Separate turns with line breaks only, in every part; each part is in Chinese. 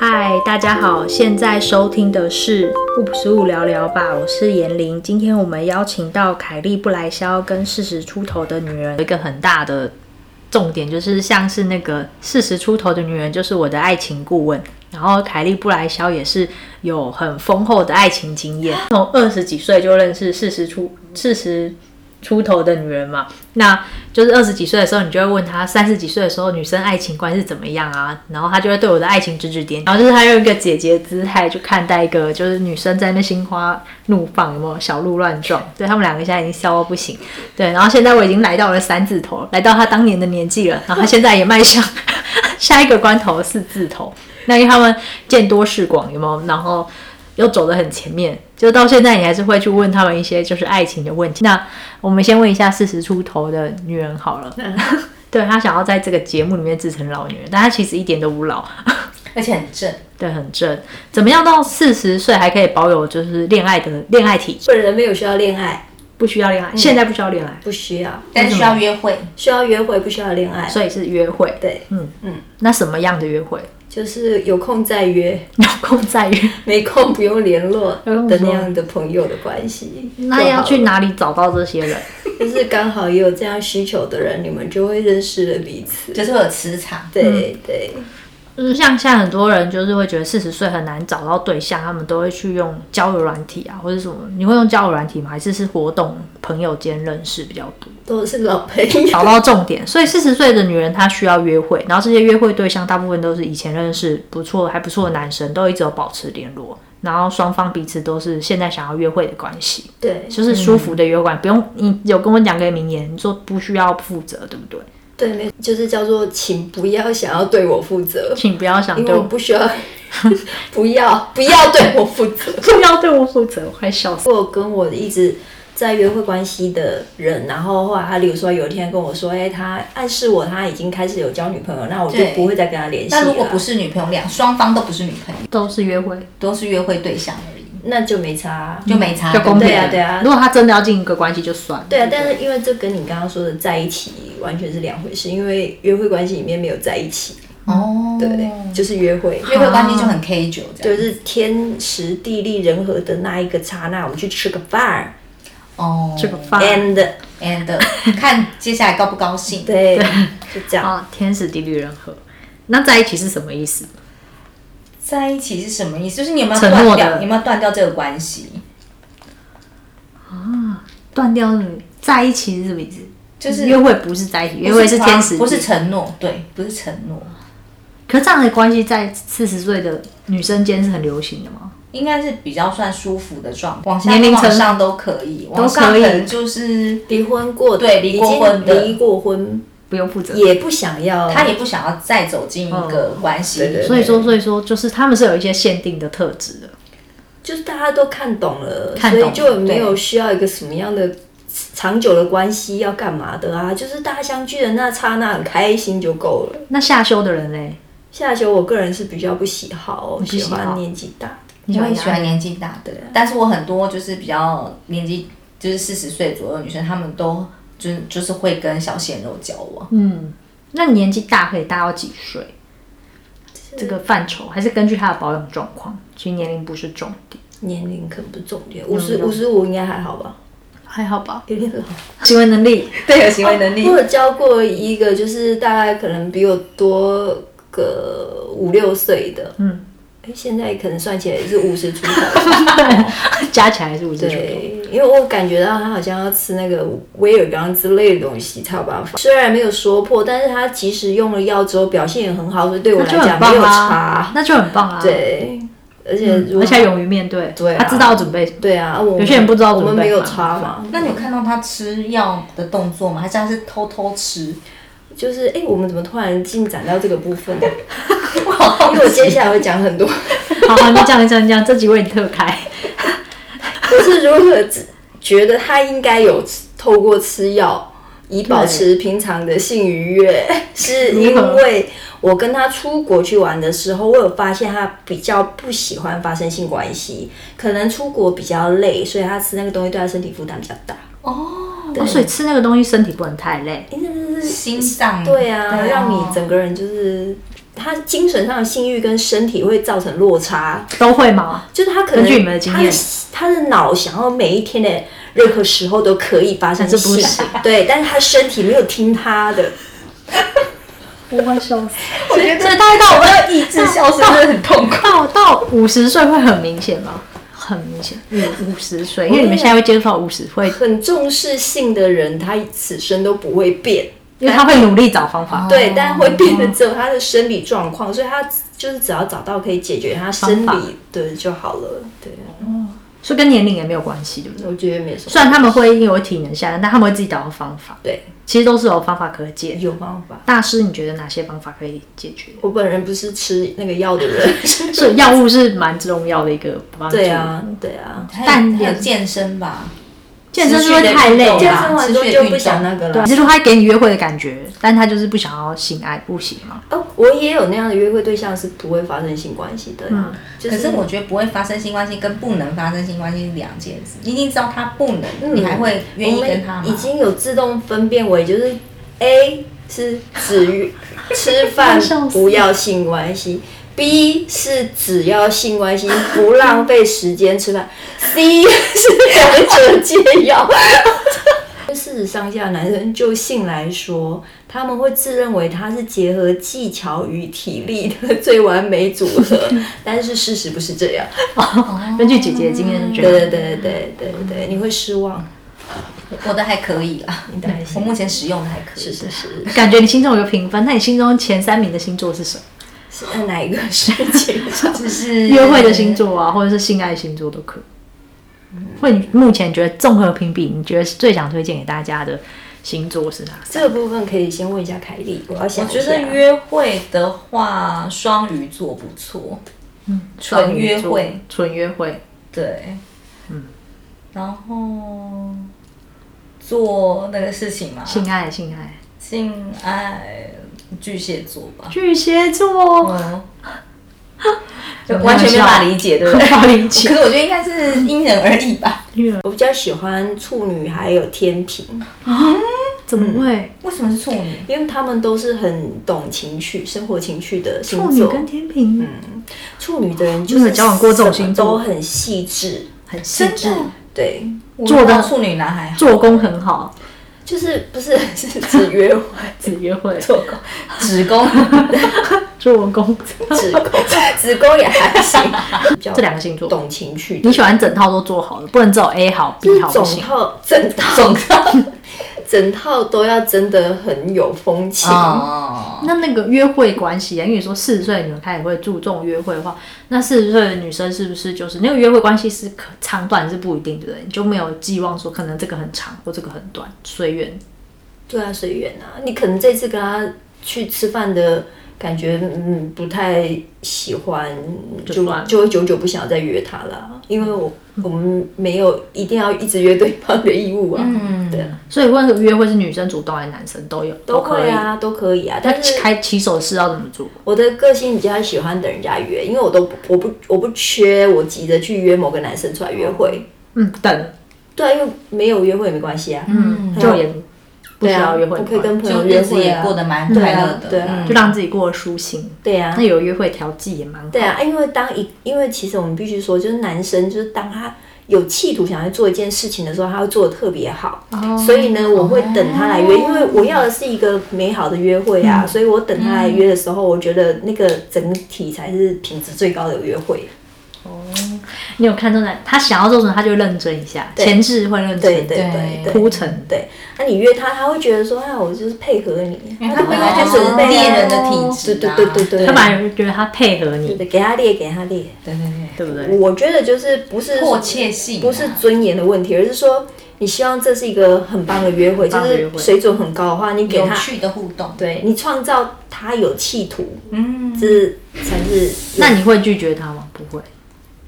嗨，大家好，现在收听的是《不食物聊聊吧》，我是严玲。今天我们邀请到凯莉布莱肖跟四十出头的女人，有一个很大的重点就是，像是那个四十出头的女人，就是我的爱情顾问。然后凯莉布莱肖也是有很丰厚的爱情经验，从二十几岁就认识四十出四十出头的女人嘛。那就是二十几岁的时候，你就会问她三十几岁的时候女生爱情观是怎么样啊？然后她就会对我的爱情指指点点。然后就是她用一个姐姐姿态去看待一个就是女生在那边心花怒放，有没有小鹿乱撞？对他们两个现在已经笑到不行。对，然后现在我已经来到了三字头，来到她当年的年纪了，然后她现在也迈向下一个关头四字头。那因为他们见多识广，有没有？然后又走得很前面，就到现在你还是会去问他们一些就是爱情的问题。那我们先问一下四十出头的女人好了， 对她想要在这个节目里面自称老女人，但她其实一点都不老，
而且很正，
对，很正。怎么样到四十岁还可以保有就是恋爱的恋爱体质？
本人没有需要恋爱，
不需要恋爱，现在不需要恋爱，
不需要，
但是需要约会，
需要约会，不需要恋爱。
所以是约会。
对，
嗯嗯，那什么样的约会？
就是有空再约，
有空再约。
没空不用联络
有空
的
不
那
用
样的朋友的关系。 啊
那要去哪里找到这些人？
就是刚好也有这样需求的人，你们就会认识了彼此。
就是会有磁场。
嗯
对对，
就是像现在很多人就是会觉得四十岁很难找到对象，他们都会去用交友软体啊，或者什么。你会用交友软体吗？还是是活动朋友间认识比较多？
都是老朋友。
找到重点。所以四十岁的女人她需要约会，然后这些约会对象大部分都是以前认识不错还不错的男生，都一直有保持联络，然后双方彼此都是现在想要约会的关系，
对
就是舒服的约会，不用你有跟我讲个名言，你说不需要负责，对不对？
对，没就是叫做请不要想要对我负责，
请不要想
因为
对
我
我
不需要， 不要不要对我负责。
不要对我 负责，我快笑死。
我有跟我一直在约会关系的人，然后后来他，例如说有一天跟我说，哎、他暗示我他已经开始有交女朋友，那我就
对
不会再跟他联系了。
那如果不是女朋友，两双方都不是女朋友，
都是约会，
都是约会对象而已，
那就没差啊、
就没差。
嗯就公平。
对啊对啊
如果他真的要进一个关系，就算了。
对啊，但是因为这跟你刚刚说的在一起完全是两回事，因为约会关系里面没有在一起，
哦，
对，就是约会，
约会关系就很 K 九这
就
样。
是天时地利人和的那一个刹那，我们去吃个饭、
哦，
这个饭
a n d
and 呃 看接下来高不高兴。
对，就这样。
啊，天时地利人和。那在一起是什么意思？
在一起是什么意思？就是你有没有
承
断
诺的
掉？你有没有断掉这个关系？
断掉是什么在一起是什么意思？
就是
约会不是在一起，约会是
不
天时，
不是。承诺，对，不是承诺，
可这样的关系在四十岁的女生间是很流行的吗？
应该是比较算舒服的状况，往下
年龄层
往上都可以，往上
可以
能就是
离婚过的
对离过婚的
已经离过婚
不用负责。
也不想要，
呃他也不想要再走进一个关系里面、
对
嗯所以说，所以说，就是他们是有一些限定的特质的。
就是大家都看懂了，
看懂
所以就没有需要一个什么样的长久的关系要干嘛的啊，就是大家相聚的那刹那很开心就够了。
那下修的人嘞，
下球我个人是比较不喜好，我
不喜好
欢年纪大的。
你
我也
哪
喜欢年纪大的，
啊
但是我很多就是比较年纪就是四十岁左右的女生，她们都就是就是会跟小鲜肉交往，
嗯，那年纪大可以大到几岁？这个范畴还是根据他的保养状况，其实年龄不是重点，
年龄可能不是重点，五十五十五应该还 好吧，
还好吧？
有点老。
行为能力，
对，有行为能
我有教过一个，就是大概可能比我多个五六岁的，
嗯，
诶现在可能算起来也是五十出头。
加起来是五十出头。
对，因为我感觉到他好像要吃那个威尔刚之类的东西才有办法。虽然没有说破，但是他其实用了药之后表现也很好，所以对我
那
来
就
讲
很
没
棒
有
啦
差，。
那就很棒啦。，
对，而且如果
而且勇于面对，
对啊
他知道准 备什么。
对啊，我们
有些人不知道
我
怎
们
么办嗯
没有差嘛，
那你有看到她吃药的动作吗？还是她是偷偷吃？
就是哎、诶我们怎么突然进展到这个部 分呢？
我好好
因为我接下来会讲很多，
好好，你这样这样这样，这几位你特开。
我是如何自觉得他应该有吃透过吃药以保持平常的性愉 悦，是因为我跟他出国去玩的时候，我有发现他比较不喜欢发生性关系，可能出国比较累，所以他吃那个东西对他身体负担比较大。
哦，
哦，所以吃那个东西身体不能太累。
哎诶那真的是
心脏
对啊，让你
整
整个人就是。他精神上的性欲跟身体会造成落差，
都会吗？
就是他可能
根据你们的经验
他的他的脑想要每一天的任何时候都可以发生
但是不
性
行，
对，但是他身体没有听他的，
我会笑死。
我觉得这大概到我们要抑制消失，真的很 痛苦。
到到五十岁会很明显吗？很明显，五五十岁，因为你们现在会啊接触到五十会，
很重视性的人，他此生都不会变。
因为他会努力找方法。
对，但会变得只有他的生理状况，所以他就是只要找到可以解决他生
方
理对就好了。对，
所以跟年龄也没有关系，对不对？
我觉得没什么。
虽然他们会因为有体能下降，但他们会自己找到方法，
对
其实都是有方法可解。
有方法，
大师，你觉得哪些方法可以解决？
我本人不是吃那个药的人。
是药物是蛮重要的一个帮助。
对，啊，对啊，
但
还有健身吧，
健身是不是太累了、
持续对地
健
啊
身完之后就不想那个
对
了
啊，。其实他给你约会的感觉，但他就是不想要性爱，不行啊嘛。
哦，我也有那样的约会对象是不会发生性关系的呀。就
嗯可是我觉得不会发生性关系跟不能发生性关系是两件事。你已经知道他不能，你还会愿意跟他
嗯我
吗
们？已经有自动分辨为就是 A 是只于吃饭
笑死
不要性关系，B 是只要性关系 不浪费时间吃饭，C 是两者皆要。 事实上下，男生就性来说，他们会自认为他是结合技巧与体力的最完美组合， 但是事实不是这样。
根据姐姐的经验是觉
对
得，
对对对对对，你会失望。
我的还可以啦
的还，行
我目前使用的还可以。
是是是。
感觉你心中有个评分。那你心中前三名的星座是什么？
是在哪一个事情？
就是
约会的星，座啊，或者是性爱星座都可以。会你目前觉得综合评比，你觉得最想推荐给大家的星座是哪？
这个部分可以先问一下凯莉，我要
我
想一
觉
下。
得约会的话，双鱼座不错，嗯，纯约会，，
纯约会，
对，嗯，然后做那个事情嘛，
性爱，性爱，
性爱巨蟹座吧，
巨蟹座，
嗯，就完全没办法理解，对不对？
无法理解
可是我觉得应该是因人而异吧。
我比较喜欢处女还有天平，
怎么会？
为什么是处女？
因为他们都是很懂情趣、生活情趣的星
处女
座。
跟天平
处女的人就
你有
是
交往过这种星座
什么都很细致，
很细致，
对，
我
做的
到处女男还好，
做工很好，
就是不是是指约会、
只约会，
做工、
子 宫
做工，
子宫、子宫也还行，比较
这两个星座
懂情趣的。
你喜欢整套都做好的，不能只有 A 好
就
B
是
好不
整
行。
套、整套、 整套、 整套都要真的很有风情。
啊
哦，
那那个约会关系啊，因为你说四十岁的女生开始会注重约会的话，那四十岁的女生是不是就是那个约会关系是可长短是不一定的，对不对你就没有寄望说可能这个很长或这个很短，随缘。
对啊，随缘啊。你可能这次跟他去吃饭的感觉，嗯，不太喜欢，
就
就
算了嗯
就会久久不想要再约他了，啊因为我我们没有一定要一直约对方的义务啊。
嗯
对啊，
所以问约会是女生主动还是男生都有
都
可
会
以。
啊，都可以啊。
那
但是
开起手式要怎么做？
我的个性比较喜欢等人家约，因为我都不我不我不缺我急着去约某个男生出来约会。
嗯，等，
对啊，因为没有约会也没关系啊。
嗯，就也不需
对啊，
要约会
我
的话，
可以跟朋
就
友约
日子
会
也
啊。
过得蛮
对
快
啊
乐的，
对啊
嗯
就让自己过得舒心。
对啊
那，有约会调剂也蛮好。
对啊，因为当一，因为其实我们必须说，就是男生就是当他有企图想要做一件事情的时候，他会做的特别好。
哦
所以呢，我会等他来约，因为我要的是一个美好的约会
嗯
啊。所以我等他来约的时候，我觉得那个整体才是品质最高的约会。
你有看到那他想要做什么，他就认真一下，
对
前置会认
对
真，
对对
嗯
对
对
铺陈。
对。那你约他，他会觉得说，啊，我就是配合你，
因为
他
哎他
就会开始
本来就是
准备啊
猎人的体
对
质
对
啊，
对对对，
他本来就觉得他配合你，
对给嗯他列，给他列。
对对对，
对不对？
我觉得就是不是
迫切性啊
不是尊严的问题，而是说你希望这是一个很棒的约会，就
棒的约
是
会
水准很高的话，你给
有
他，
趣的互动，
对你创造他有企图，
嗯，
这是才是有。
那你会拒绝他吗？不会，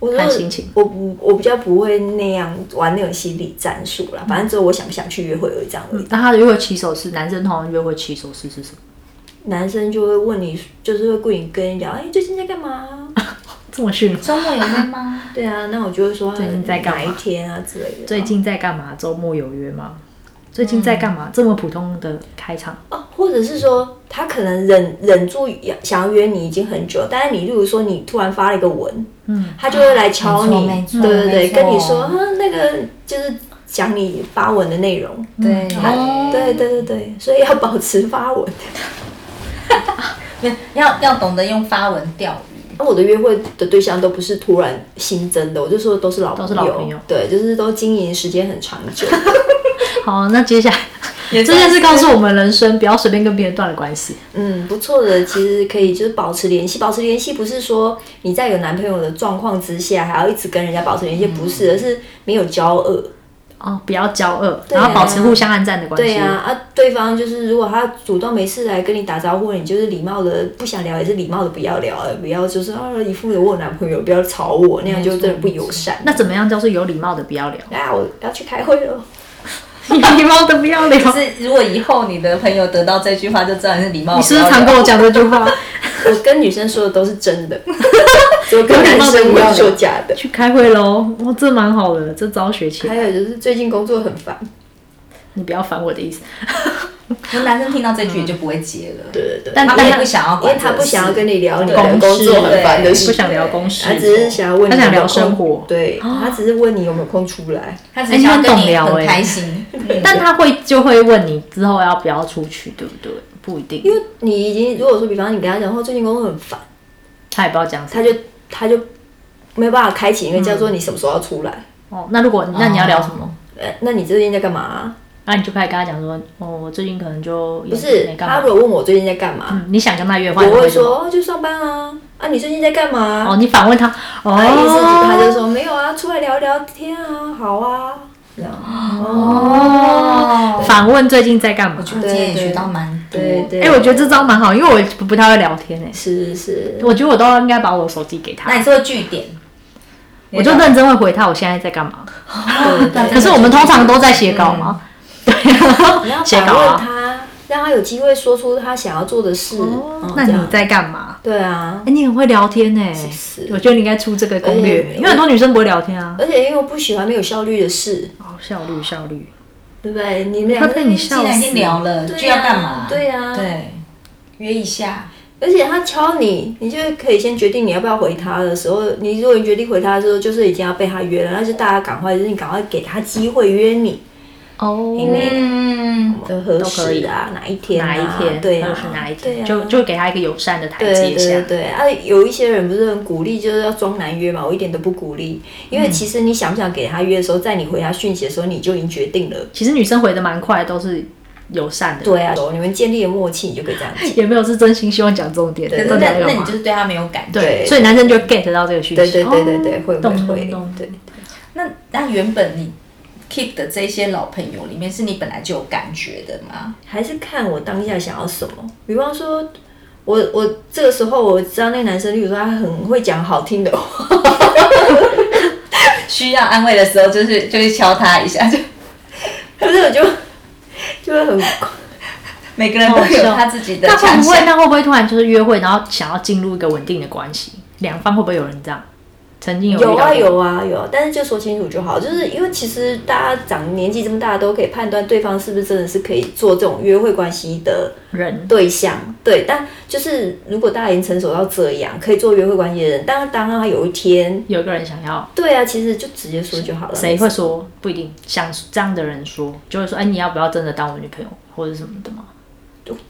我
看
说
心情
我不我比较不会那样玩那种心理战术
嗯
啦，反正只有我想不想去约会而已，这样而已。
那他的约会起手式，男生通常约会起手式是什么？
男生就会问你，就是会故意跟你聊，哎，最近在 干嘛？
这么训？
周末有约吗？
对啊，那我就会说
最近在干嘛
哪一天啊之类的。
最近在干嘛？周末有约吗？最近在干嘛？这么普通的开场，
哦，或者是说他可能忍忍住想要约你已经很久，但是你例如说你突然发了一个文，
嗯，
他就会来敲你，
没错没错
对对对，
没错
跟你说，嗯，那个就是讲你发文的内容，
嗯
对
他对对对对，所以要保持发文。
要要懂得用发文钓鱼。
那我的约会的对象都不是突然新增的，我就说都是老朋
都
友，
是老朋友
对，就是都经营时间很长久。
好，那接下 来这件事告诉我们人生不要随便跟别人断了关系。
嗯，不错的，其实可以就是保持联系，保持联系不是说你在有男朋友的状况之下还要一直跟人家保持联系，不是，而是没有交恶。
哦，不要骄傲，
啊
然后保持互相暗赞的关系。
对呀、啊，对方就是如果他主动没事来跟你打招呼，你就是礼貌的不想聊，也是礼貌的不要聊，不要就是啊一副我有男朋友，不要吵我，那样就真的不友善。
那怎么样叫做有礼貌的不要聊？
啊，我要去开会了。
有礼貌的不要聊。
可是如果以后你的朋友得到这句话，就知道你是礼貌。
你
哦
是不是常跟我讲这句话？
我跟女生说的都是真 的，我跟男生我说假的。
去开会喽！哇，这蛮好的，这招学起来。
还有就是最近工作很烦，
你不要烦我的意思。
可是男生听到这句也就不会接了，
对对对，
但
他
但
们也不想要
因为
管
嗯哦
这个事，
他不想要跟你聊你的
公
工
事
作很烦的事，
不想聊公事，
他只是想要问你
他
有
想
没有
聊
空
生活。哦
对他只是问你有没有空出来。
他只是想要跟你很开心。
但他会就会问你之后要不要出去，对不对？不一定，
因为你已经如果说，比方你跟他讲说最近工作很烦，
他也不知道讲什么。
他就他就没有办法开启一个
嗯
叫做你什么时候要出来。
哦，那如果那你要聊什么？
呃，那你最近在干嘛啊？
那、你就开始跟他讲说，哦，我最近可能就不
不是
没干
他
嘛。
如果问我最近在干嘛，
嗯，你想跟他约
我
会，你
会
什么
说哦就上班啊。啊，你最近在干嘛啊？
哦，你反问他，哦，
他意思他就说没有啊，出来聊聊天啊，好啊，这样哦，
哦，
反问最近在干嘛？
今天也学到蛮多。
对对，
哎、我觉得这招蛮好，因为我不不太会聊天哎、
是是，
我觉得我都应该把我的手机给他
那，你是会据点，
我就认真会回他我现在在干嘛。
对对啊嗯
可是我们通常都在写稿吗？
你
对啊，
要
写
反
稿
问
啊。
他，让他有机会说出他想要做的事，嗯
哦那
这
你
样
在干嘛？
对啊
哎、，你很会聊天哎、
是
我觉得你应该出这个攻
哎
略，因为很多女生不会聊天啊。
而且因为我不喜欢没有效率的事，
哦，效率效率，
对不对？你们
他
两
被
个。
你
既
笑
然
死
已经。聊了，就要干嘛？
对呀、对啊，
对，约一下。
而且他敲你，你就可以先决定你要不要回他的时候。你如果你决定回他的时候，就是已经要被他约了，那就大家赶快，就是你赶快给他机会约你
哦，
嗯，
的合
都可以
适啊，哪一天、啊？
哪一天？
对
或
啊，
者是哪一
对
天？
啊、
就就给他一个友善的台
对
阶
对
下。
对啊，有一些人不是很鼓励，就是要装难约嘛，我一点都不鼓励，因
嗯
为其实你想不想给他约的时候，在你回他讯息的时候，你就已经决定了。
其实女生回的蛮快，都是友善的，
对啊，你们建立了默契，你就可以这样讲。
也没有是真心希望讲重点，
对
都
那
聊有
那你
嘛
就是对他没有感觉。
对，
对
所以男生就 get 到这个讯息。
对对对对对，
哦
会会
懂
会
懂懂，，
对。
那那原本你 keep 的这些老朋友里面，是你本来就有感觉的吗？
还是看我当下想要什么。比方说，我我这个时候我知道那个男生，例如说他很会讲好听的话，
需要安慰的时候，就是就去敲他一下，就
不是我就就会很
每个人都有他自己的
哦那会哦
强
不会？
项。
那会不会突然就是约会，然后想要进入一个稳定的关系？两方会不会有人这样？曾经有遇到
有啊
过
有啊有啊，但是就说清楚就好。就是因为其实大家长年纪这么大，都可以判断对方是不是真的是可以做这种约会关系的
人
对象。对，但就是如果大家已经成熟到这样，可以做约会关系的人，但当然他有一天。
有一个人想要，
对啊，其实就直接说就好了。
谁会说不一定？想这样的人说，就会说，哎，你要不要真的当我女朋友或者什么的吗？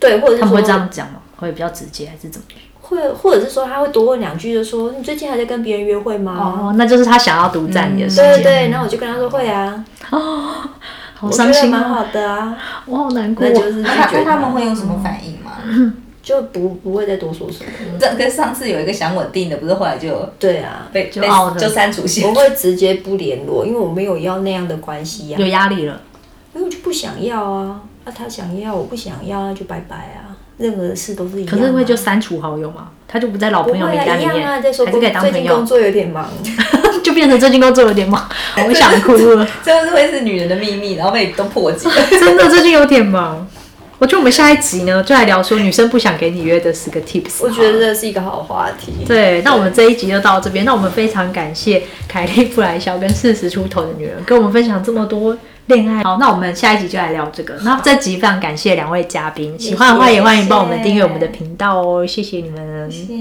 对，或者是
他们会这
说
样讲吗？会比较直接还是怎么？
会，或者是说他会多问两句，就说你最近还在跟别人约会吗？
哦，那就是他想要独占你的时
嗯对
间，
对，然后我就跟他说会啊，
好
我
伤
觉得
心
蛮
啊！
好的啊，
我好难过
那。就是拒
那他
绝
那他们会有什么反应吗？
嗯
就不不会再多说什么。
这跟上次有一个想稳定的，不是后来就
对啊，
被
就
被
out 了
就删除线
我。会直接不联络，因为我没有要那样的关系呀、
有压力了，
因为我就不想要啊，啊他想要，我不想要，那就拜拜啊，任何事都是一样、
可
啊。
是会就删除好友嘛？他就不在老
不
朋
会
友名
啊，
单
一
里
样
面，
啊，再说
还是可以
工
当
最
朋
近
友
工，作有点忙，
就变成最近工作有点忙，我想哭了。
这是会是女人的秘密，然后被你都 破解。
真的最近有点忙。我觉得我们下一集呢，就来聊说女生不想给你约的十个 tips。
我觉得这是一个好话题。
对，那我们这一集就到这边。那我们非常感谢凯莉布莱肖跟四十出头的女人跟我们分享这么多恋爱。好，那我们下一集就来聊这个。那这集非常感谢两位嘉宾，喜欢的话也欢迎帮我们订阅我们的频道哦，谢谢你们。
谢谢。